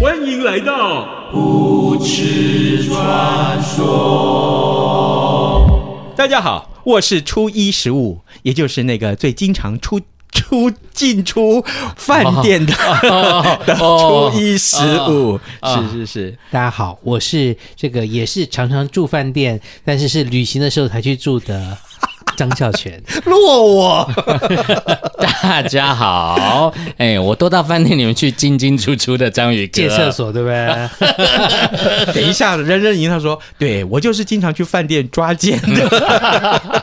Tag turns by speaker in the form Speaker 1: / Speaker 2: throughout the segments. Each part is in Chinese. Speaker 1: 欢迎来到不耻传说。大家好，我是初一十五，也就是那个最经常出出进出饭店的、的
Speaker 2: 哦
Speaker 1: 初一十五。
Speaker 2: 哦
Speaker 1: 是是是，
Speaker 3: 大家好，我是这个也是常常住饭店，但是是旅行的时候才去住 的张孝全。
Speaker 1: 落我
Speaker 2: 大家好，哎，我都到饭店里面去进进出出的章鱼哥，
Speaker 3: 借厕所对不 对？
Speaker 1: 等一下，任任盈他说，对我就是经常去饭店抓奸的。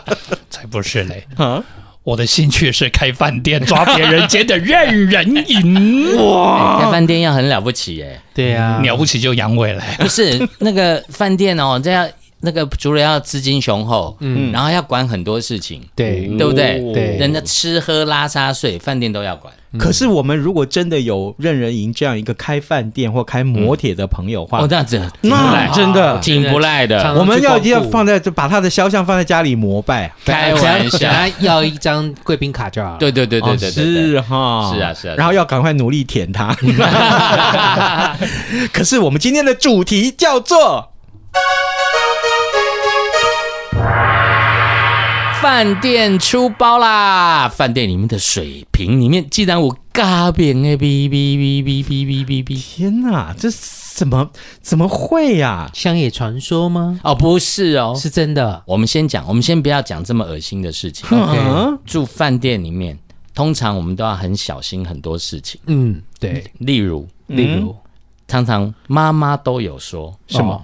Speaker 4: 才不是嘞！
Speaker 1: 啊
Speaker 4: 我的兴趣是开饭店抓别人奸的任人淫，
Speaker 2: 哎在饭店要很了不起 耶，
Speaker 3: 对啊，
Speaker 4: 了不起就阳痿嘞！
Speaker 2: 不是那个饭店哦，这样那个除了要资金雄厚，嗯，哦然后要管很多事情，
Speaker 3: 对
Speaker 2: 对不对？
Speaker 3: 对
Speaker 2: 人家吃喝拉撒睡，饭店都要管。
Speaker 1: 可是我们如果真的有任人盈这样一个开饭店或开摩铁的朋友的话，
Speaker 2: 哦，这样子
Speaker 1: 那真的
Speaker 2: 挺不赖的，
Speaker 1: 我们要一定要放在，就把他的肖像放在家里膜拜。啊
Speaker 2: 开玩
Speaker 3: 只
Speaker 2: 笑
Speaker 3: 要。只要要一张贵宾卡就好了。
Speaker 2: 对对对对对对，对
Speaker 1: 哦是哈，
Speaker 2: 是啊是啊
Speaker 1: 然后要赶快努力舔 它。 可是我们今天的主题叫做
Speaker 2: 饭店出包啦！饭店里面的水瓶里面既然有嘎扁的哔哔哔哔哔哔
Speaker 1: “
Speaker 2: 哔哔，
Speaker 1: 天哪，这怎么怎么会呀、
Speaker 3: 乡野传说吗？
Speaker 2: 哦，不是哦，
Speaker 3: 是真的。
Speaker 2: 我们先讲，我们先不要讲这么恶心的 事情。
Speaker 1: 嗯，
Speaker 2: 住饭店里面，通常我们都要很小心很多事情，
Speaker 3: 嗯，对，
Speaker 2: 例如，
Speaker 3: 例如
Speaker 2: 常常妈妈都有说，
Speaker 3: 什么？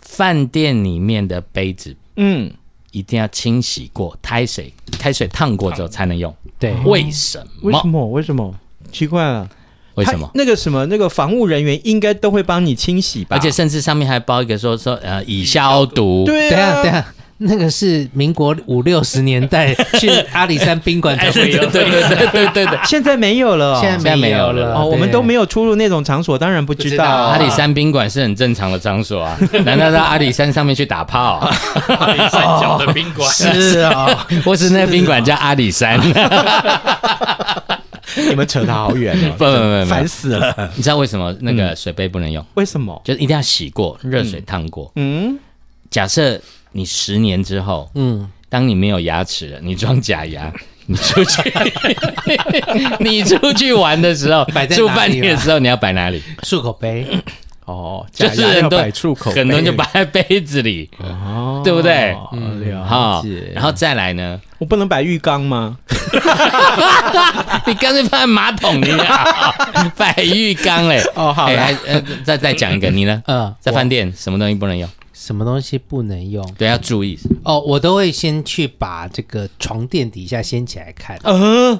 Speaker 2: 饭店里面的杯子
Speaker 1: 嗯，
Speaker 2: 一定要清洗过，开水开水烫过之后才能用。
Speaker 3: 对，
Speaker 2: 为什
Speaker 1: 哦为什
Speaker 2: 么？
Speaker 1: 么？为什么？奇怪了，
Speaker 2: 为什么
Speaker 1: 他？那个什么，那个防务人员应该都会帮你清洗吧？
Speaker 2: 而且甚至上面还包一个说说呃已消毒。
Speaker 1: 对
Speaker 3: 等一下等一
Speaker 1: 啊，
Speaker 3: 下，那个是民国五六十年 代去阿里山宾馆才会有，
Speaker 2: 哎对对对对 对对。
Speaker 1: 现在没有 了哦。
Speaker 3: 啊现在
Speaker 2: 在
Speaker 3: 没
Speaker 2: 没
Speaker 3: 有
Speaker 2: 有
Speaker 3: 了
Speaker 2: 了
Speaker 1: 哦，我们都没
Speaker 3: 有。
Speaker 1: 有出入那种场所，当然不知道啊。
Speaker 2: 阿里山宾馆是很正常的场所啊， 难道到阿里山上面去打炮？啊
Speaker 4: 阿里山脚的宾馆，
Speaker 1: 是 啊，
Speaker 2: 或是那个宾馆叫阿里山？
Speaker 1: 你们扯得好远
Speaker 2: 不不
Speaker 1: 哦，
Speaker 2: 不不
Speaker 1: 烦，死了。
Speaker 2: 你知道为什么那个水杯不能用？
Speaker 1: 为什么？
Speaker 2: 就是一定要洗过，热水烫过。
Speaker 1: 嗯，
Speaker 2: 假设你十年之后，
Speaker 3: 嗯，
Speaker 2: 当你没有牙齿了，你装假牙， 你出去，你出去玩的时候
Speaker 3: 摆，
Speaker 1: 啊
Speaker 3: 在哪里
Speaker 2: 住
Speaker 3: 啦
Speaker 2: 饭店的时候，你要摆哪里？
Speaker 3: 漱口杯，
Speaker 1: 哦，假
Speaker 2: 就是
Speaker 1: 牙
Speaker 2: 很
Speaker 1: 要
Speaker 2: 多
Speaker 1: 摆出口，
Speaker 2: 很多人就摆在杯子里，
Speaker 1: 哦，
Speaker 2: 对不对
Speaker 1: 嗯，
Speaker 2: 哈
Speaker 1: 了解。。
Speaker 2: 然后再来呢，
Speaker 1: 我不能摆浴缸吗？
Speaker 2: 你干脆放在马桶里啊， 摆浴缸嘞。
Speaker 1: 哦好
Speaker 2: 哎
Speaker 1: 啦呃
Speaker 2: 还呃，再再讲一个，你呢？
Speaker 3: 嗯，
Speaker 2: 在饭
Speaker 3: 我
Speaker 2: 店什么东西不能用？
Speaker 3: 什么东西不能用？
Speaker 2: 对，要注意。
Speaker 3: 哦，我都会先去把这个床垫底下掀起来看，
Speaker 1: 嗯，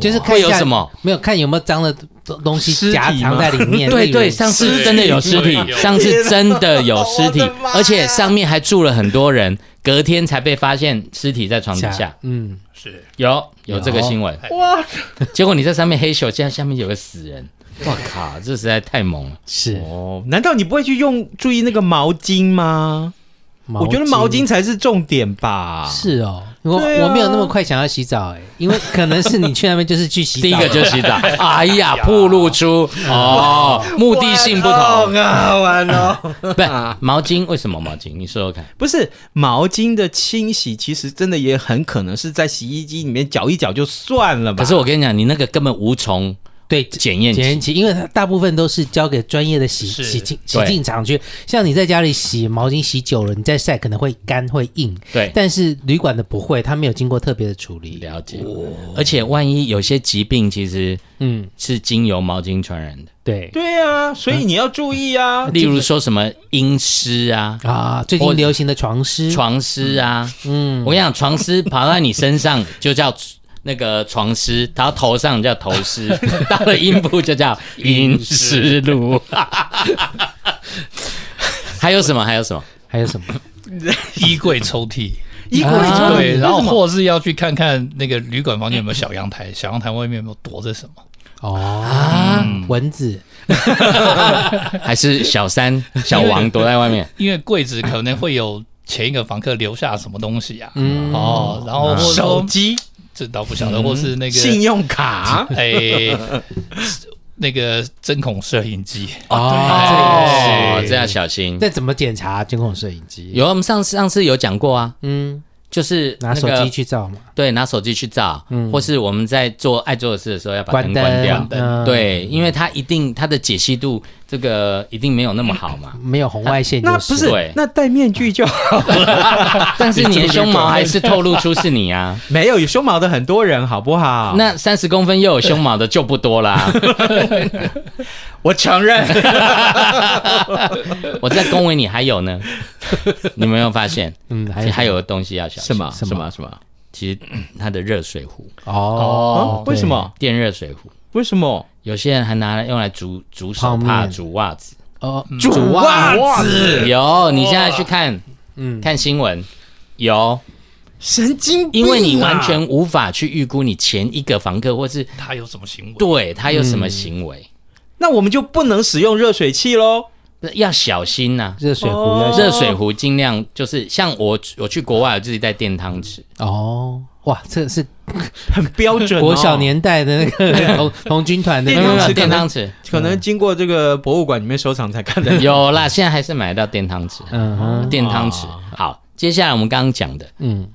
Speaker 3: 就是看一下
Speaker 2: 会有什么？
Speaker 3: 没有看有没有脏的东东西
Speaker 1: 尸体
Speaker 3: 夹藏在里 面。
Speaker 2: 对
Speaker 3: 例如
Speaker 2: 对，上次
Speaker 4: 尸
Speaker 2: 真的有尸体
Speaker 4: 体有，
Speaker 2: 上次真的有尸体
Speaker 1: 我的妈呀，
Speaker 2: 而且上面还住了很多人，隔天才被发现尸体在床底下。
Speaker 3: 嗯，
Speaker 4: 是
Speaker 2: 有有这个新闻，
Speaker 1: 哇，
Speaker 2: 结果你在上面黑咻，竟然下面有个死人，我靠，这实在太猛了。
Speaker 3: 是。
Speaker 1: 哦，难道你不会去用注意那个毛巾吗？我觉得毛巾才是重点吧。
Speaker 3: 是哦，我、
Speaker 1: 对啊
Speaker 3: 我没有那么快想要洗澡哎，因为可能是你去那边就是去洗澡，
Speaker 2: 第一个就洗澡，哎呀，暴露出哦，目的性不同，
Speaker 1: 啊，完了。
Speaker 2: 不是毛巾，为什么毛巾？你说说看。
Speaker 1: 不是毛巾的清洗，其实真的也很可能是在洗衣机里面搅一搅就算了吧。
Speaker 2: 可是我跟你讲，你那个根本无从
Speaker 3: 对
Speaker 2: 检验
Speaker 3: 检验
Speaker 2: 期。
Speaker 3: 期，因为它大部分都是交给专业的洗
Speaker 4: 是
Speaker 3: 洗净洗
Speaker 2: 对
Speaker 3: 净厂去。像你在家里洗毛巾洗久了，你再晒可能会干会硬，
Speaker 2: 对，
Speaker 3: 但是旅馆的不会，它没有经过特别的处理。
Speaker 2: 了解。而且万一有些疾病其实
Speaker 3: 嗯，
Speaker 2: 是经由毛巾传染的，
Speaker 3: 对
Speaker 1: 对啊，所以你要注意啊。
Speaker 3: 哦
Speaker 2: 例如说什么阴湿啊、
Speaker 3: 啊，最近流行的床虱，
Speaker 2: 床湿啊。
Speaker 3: 嗯，
Speaker 2: 我跟你讲，床湿爬到你身上就叫那个床湿，到头上叫头 湿，到了阴部就叫阴 湿路。还有什么？还有什么？
Speaker 3: 还有什么？
Speaker 4: 衣柜抽屉。
Speaker 1: 衣柜
Speaker 3: 啊
Speaker 1: 抽
Speaker 4: 对，
Speaker 1: 屉，
Speaker 4: 然后
Speaker 1: 为什么
Speaker 4: 或是要去看看那个旅馆房间有没有小阳台， 小阳台外面有没有躲着什么？
Speaker 3: 哦，啊，蚊子
Speaker 2: 还是 小三、小王躲在外面？
Speaker 4: 因为柜子可能会有前一个房客留下什么东西啊。
Speaker 3: 嗯
Speaker 4: 哦，然后或者
Speaker 1: 手
Speaker 4: 说
Speaker 1: 机、
Speaker 4: 这倒不晓得，或是那
Speaker 1: 信
Speaker 4: 个，
Speaker 1: 用 卡
Speaker 4: 哎， 那个针孔摄影机，
Speaker 2: 哦
Speaker 3: 啊
Speaker 4: 对，
Speaker 2: 哎这要小心。
Speaker 3: 那怎么检查监控摄影机？
Speaker 2: 有啊，我们上次上次有讲过啊，
Speaker 3: 嗯，
Speaker 2: 就是、那
Speaker 3: 拿
Speaker 2: 个
Speaker 3: 手机去照嘛，
Speaker 2: 对，拿手机去照，或是我们在做爱做的事的时候要把
Speaker 3: 关
Speaker 2: 灯
Speaker 3: 灯
Speaker 2: 关掉，
Speaker 3: 嗯，
Speaker 2: 对，因为它一定它的解析度这个一定没有那么好嘛
Speaker 3: 没有红外线
Speaker 1: 那
Speaker 3: 就
Speaker 1: 不
Speaker 3: 是。
Speaker 1: 是
Speaker 2: 对
Speaker 1: 那戴面具就好，
Speaker 2: 但是你的胸毛还是透露出是你啊
Speaker 1: 没有有胸毛的很多人，好不好？
Speaker 2: 那三十公分又有胸毛的就不多啦，
Speaker 1: 我承认，
Speaker 2: 我在恭维你还有 呢，你有没有发现？
Speaker 3: 嗯，还
Speaker 2: 其
Speaker 3: 有
Speaker 2: 实还有个东西要小心，
Speaker 1: 什么
Speaker 3: 什么
Speaker 1: 什么什么？
Speaker 2: 其实它的热水壶，
Speaker 3: 哦
Speaker 1: 啊，为什么？
Speaker 2: 电热水壶，
Speaker 1: 为什么？
Speaker 2: 有些人还拿来用来煮煮手
Speaker 3: 泡
Speaker 2: 帕、
Speaker 3: 面
Speaker 2: 煮袜子。
Speaker 3: 对？哦，
Speaker 1: 煮袜子，
Speaker 2: 有，你现在去看，
Speaker 3: 嗯
Speaker 2: 看新闻，有，
Speaker 1: 神经病啊！
Speaker 2: 因为你完全无法去预估你前一个房客或是
Speaker 4: 他有什么行为？
Speaker 2: 对他有什么行为，
Speaker 1: 那我们就不能使用热水器喽。
Speaker 2: 不是要小心呐、
Speaker 3: 热水壶
Speaker 1: 哦
Speaker 3: 要
Speaker 2: 热水壶尽量就是像我，我去国外，我自己带电汤匙，
Speaker 3: 哦，哇，这是
Speaker 1: 很标准、哦。
Speaker 3: 国小年代的那个 童童军团的
Speaker 2: 没
Speaker 3: 那
Speaker 2: 有
Speaker 3: 个
Speaker 2: 没有
Speaker 1: 电汤匙
Speaker 2: 没有
Speaker 1: 可能
Speaker 2: 电汤匙
Speaker 1: 可能经过这个博物馆里面收藏才看得到。
Speaker 2: 有啦，现在还是买得到电汤匙，
Speaker 3: 嗯
Speaker 1: 哦
Speaker 3: 哼
Speaker 2: 电汤匙。好，接下来我们刚刚讲的
Speaker 3: 嗯，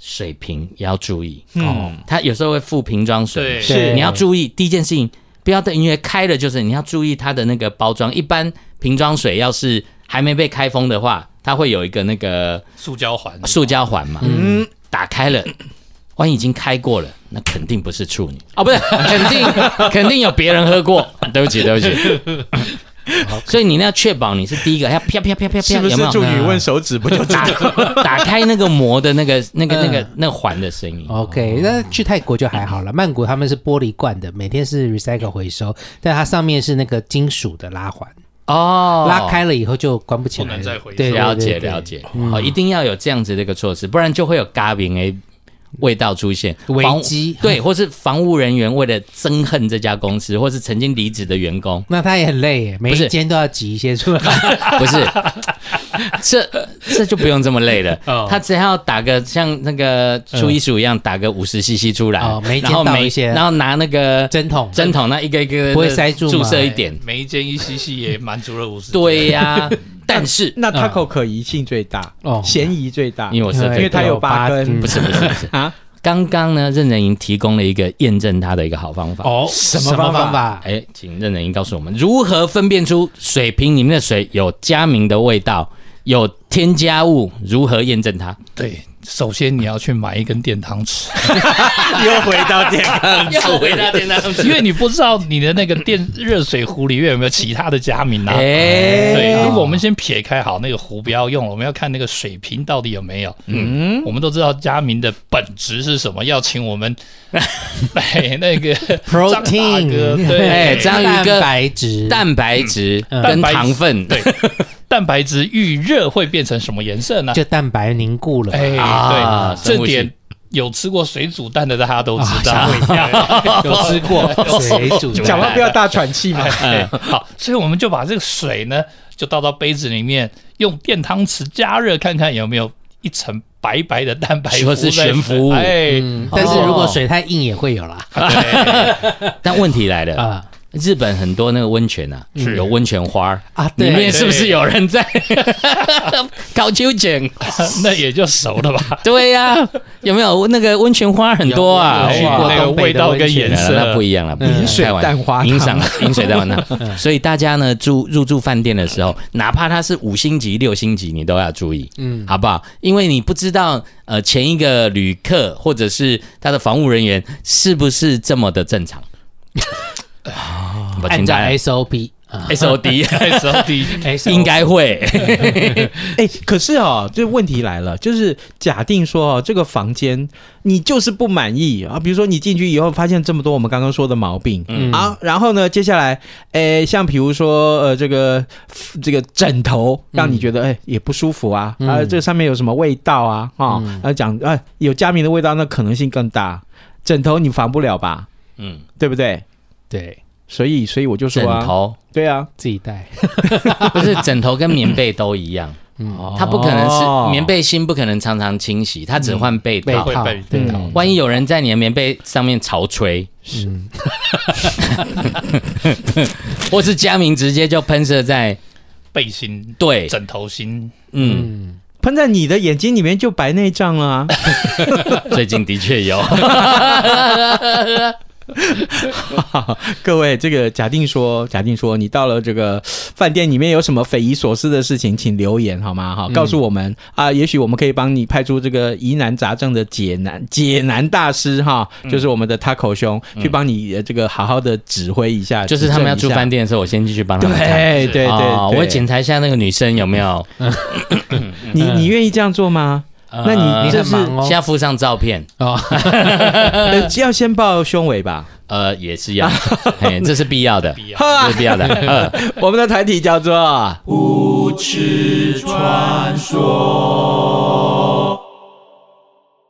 Speaker 2: 水瓶也要注意，
Speaker 1: 嗯，
Speaker 2: 它有时候会附瓶装水
Speaker 4: 对
Speaker 2: 嘛，
Speaker 3: 对
Speaker 2: 你要注意第一件事情，不要等因为开了就是你要注意它的那个包装。一般瓶装水要是还没被开封的话，它会有一个那个
Speaker 4: 塑胶环，
Speaker 2: 塑胶环嘛，嗯，打开了。万一已经开过了，那肯定不是处女啊、不是，肯定肯定有别人喝过。 对不起，对不起。所以你要确保你是第一个，要啪啪啪啪 啪，
Speaker 1: 是不
Speaker 2: 有没
Speaker 1: 是
Speaker 2: 有
Speaker 1: 助语问手指不就知道？
Speaker 2: 打打开那个膜的那个、那个、那个
Speaker 3: 嗯、
Speaker 2: 那个环的声音？
Speaker 4: 哦
Speaker 3: OK，那去泰国就还好了。曼谷他们是玻璃罐的，每天是 recycle 回收，但它上面是那个金属的拉环，
Speaker 2: 哦，
Speaker 3: 拉开了以后就关不起
Speaker 4: 不
Speaker 3: 来
Speaker 4: 能
Speaker 3: 了。
Speaker 4: 再回收
Speaker 3: 对，对
Speaker 2: 了
Speaker 3: 对
Speaker 2: 解
Speaker 3: 嗯对
Speaker 2: 了解，好，一定要有这样子的一个措施，不然就会有嘎饼诶味道出现，
Speaker 3: 危
Speaker 2: 防
Speaker 3: 机
Speaker 2: 对，或是防务人员为了憎恨这家公司，或是曾经离职的员工，
Speaker 3: 那他也很累耶，每
Speaker 2: 不
Speaker 3: 一
Speaker 2: 是
Speaker 3: 间都要挤一些出来。
Speaker 2: 不是，这这就不用这么累了
Speaker 4: 哦，
Speaker 2: 他只要打个像那个初一十五一样打个五十 CC 出来
Speaker 3: 嗯哦，每一间
Speaker 2: 然后
Speaker 3: 倒
Speaker 2: 每
Speaker 3: 一些
Speaker 2: 然后拿那个
Speaker 3: 针筒
Speaker 2: 针筒，那一个一个
Speaker 3: 不会塞住吗
Speaker 2: 注射
Speaker 4: 哎
Speaker 2: 一点，
Speaker 4: 每一间一吸吸也满足了五十。
Speaker 2: 对 呀，但是
Speaker 3: 嗯
Speaker 1: 那 taco 可疑性最大，
Speaker 3: 哦
Speaker 1: 嫌疑最大，
Speaker 2: 因为我是
Speaker 3: 嗯
Speaker 1: 因为它有八根
Speaker 2: 不是不是不是
Speaker 1: 啊。
Speaker 2: 刚刚呢，任人莹提供了一个验证它的一个好方法。
Speaker 3: 哦，
Speaker 1: 什
Speaker 3: 什
Speaker 1: 么
Speaker 3: 么
Speaker 1: 方法
Speaker 3: 方法？
Speaker 2: 哎，请任人莹告诉我们如何分辨出水瓶里面的水有加明的味道，有添加物，如何验证它？
Speaker 4: 对，首先你要去买一根电汤匙，
Speaker 1: 又回到健康，
Speaker 3: 哎
Speaker 2: 要回答添加物
Speaker 4: 因为你不知道你的那个电热水壶里面有没有其他的加名啊。
Speaker 2: 哎，
Speaker 4: 对，如果我们先撇开好那个壶不要用了，我们要看那个水瓶到底有没有。嗯，我们都知道佳明的本质是什么，要请我们 哎那个
Speaker 3: Protein
Speaker 4: 张大哥，对，
Speaker 2: 哎章鱼哥
Speaker 3: 蛋白质，
Speaker 2: 蛋白质
Speaker 3: 嗯
Speaker 2: 跟糖分，
Speaker 4: 对，蛋白质遇热会变成什么颜色呢？
Speaker 3: 就蛋白凝固了嘛。
Speaker 4: 哎，
Speaker 2: 啊
Speaker 4: 对，
Speaker 2: 生
Speaker 4: 这
Speaker 2: 物
Speaker 4: 点
Speaker 2: 性。
Speaker 4: 有吃过水煮蛋的大家都知道， 对有吃过
Speaker 3: 水 煮蛋
Speaker 1: 讲话不要大喘气 嘛。
Speaker 4: 哎 好，所以我们就把这个水呢，就倒到杯子里面，用电汤匙加热，看看有没有一层白白的蛋白
Speaker 2: 说是
Speaker 4: 浮在
Speaker 2: 悬浮物哦
Speaker 4: 哎，
Speaker 2: 啊
Speaker 3: 嗯但是如果水太硬也会有啦。
Speaker 4: 对
Speaker 2: 但问题来了，
Speaker 3: 啊，
Speaker 2: 日本很多那个温泉啊，
Speaker 4: 是
Speaker 2: 有温泉花儿
Speaker 3: 啊
Speaker 2: 里
Speaker 3: 对
Speaker 2: 面是不是有人在 搞秋千？
Speaker 4: 那也就熟了吧。
Speaker 2: 对呀、有没有那个温泉花很多啊？
Speaker 3: 有
Speaker 2: 去
Speaker 3: 有
Speaker 2: 过
Speaker 3: 有
Speaker 4: 那个味道跟颜
Speaker 2: 没有
Speaker 4: 色
Speaker 2: 啦那不一样了，
Speaker 1: 饮水淡花
Speaker 2: 影
Speaker 1: 汤
Speaker 2: 响饮啊水淡花汤。所以大家呢住入住饭店的时候，哪怕它是五星级、六星级，你都要注意，嗯，好不好？因为你不知道呃前一个旅客或者是他的防务人员是不是这么的正常。我
Speaker 3: 按
Speaker 2: 请
Speaker 3: 照
Speaker 2: 大家
Speaker 3: SOP 啊
Speaker 2: S O D
Speaker 4: 那时候第一，
Speaker 3: ，SOP
Speaker 2: 应该会，
Speaker 1: 哎，可是哦，这问题来了，就是假定说哦，这个房间你就是不满意啊，比如说你进去以后发现这么多我们刚刚说的毛病，嗯啊，然后呢，接下来，哎，像比如说呃，这个这个枕头让你觉得哎、也不舒服啊，啊，这上面有什么味道啊，啊、哦，然后讲啊有加明的味道，那可能性更大，枕头你防不了吧，
Speaker 2: 嗯，
Speaker 1: 对不对？
Speaker 3: 对
Speaker 1: 所以，所以我就
Speaker 2: 枕
Speaker 1: 说啊，
Speaker 2: 头
Speaker 1: 对啊，
Speaker 3: 自己带，
Speaker 2: 不是枕头跟棉被都一样，
Speaker 3: 嗯
Speaker 2: 它不可能
Speaker 1: 哦
Speaker 2: 是棉被芯，不可能常常清洗，它只换被
Speaker 3: 被
Speaker 2: 套。
Speaker 3: 套
Speaker 4: 会被
Speaker 3: 对
Speaker 1: 嗯
Speaker 3: 套
Speaker 2: 万一有人在你的棉被上面潮吹，
Speaker 3: 嗯
Speaker 2: 或是佳明直接就喷射在
Speaker 4: 背心、
Speaker 2: 对，
Speaker 4: 枕头芯，
Speaker 2: 嗯，
Speaker 3: 嗯，
Speaker 1: 喷在你的眼睛里面就白内障了啊。
Speaker 2: 最近的 确有，
Speaker 1: 各位，这个假定说，假定说你到了这个饭店里面有什么匪夷所思的事情，请留言好吗？
Speaker 2: 嗯
Speaker 1: 哈，告诉我们、啊，也许我们可以帮你派出这个疑难杂症的解难解难大师哈，
Speaker 2: 嗯
Speaker 1: 就是我们的 Taco 兄、去帮你呃这个好好的指挥一下，
Speaker 2: 就是他们要
Speaker 1: 指
Speaker 2: 住
Speaker 1: 正一下
Speaker 2: 饭。店的时候，我先进去帮他们看。
Speaker 1: 对
Speaker 4: 是
Speaker 1: 对对
Speaker 2: 哦
Speaker 1: 对
Speaker 2: 我检查一下那个女生有没有，
Speaker 1: 你你愿意这样做吗？那
Speaker 2: 嗯呃
Speaker 1: 你这
Speaker 3: 很
Speaker 1: 是
Speaker 3: 忙
Speaker 2: 现
Speaker 3: 哦，
Speaker 2: 在附上照片，
Speaker 3: 哦，
Speaker 1: 呃要先报胸围吧？
Speaker 2: 呃，也 是要，嘿这是必要的，
Speaker 4: 必要
Speaker 2: 这是必要的。呃
Speaker 1: 我们的团体叫做
Speaker 5: 无耻传说。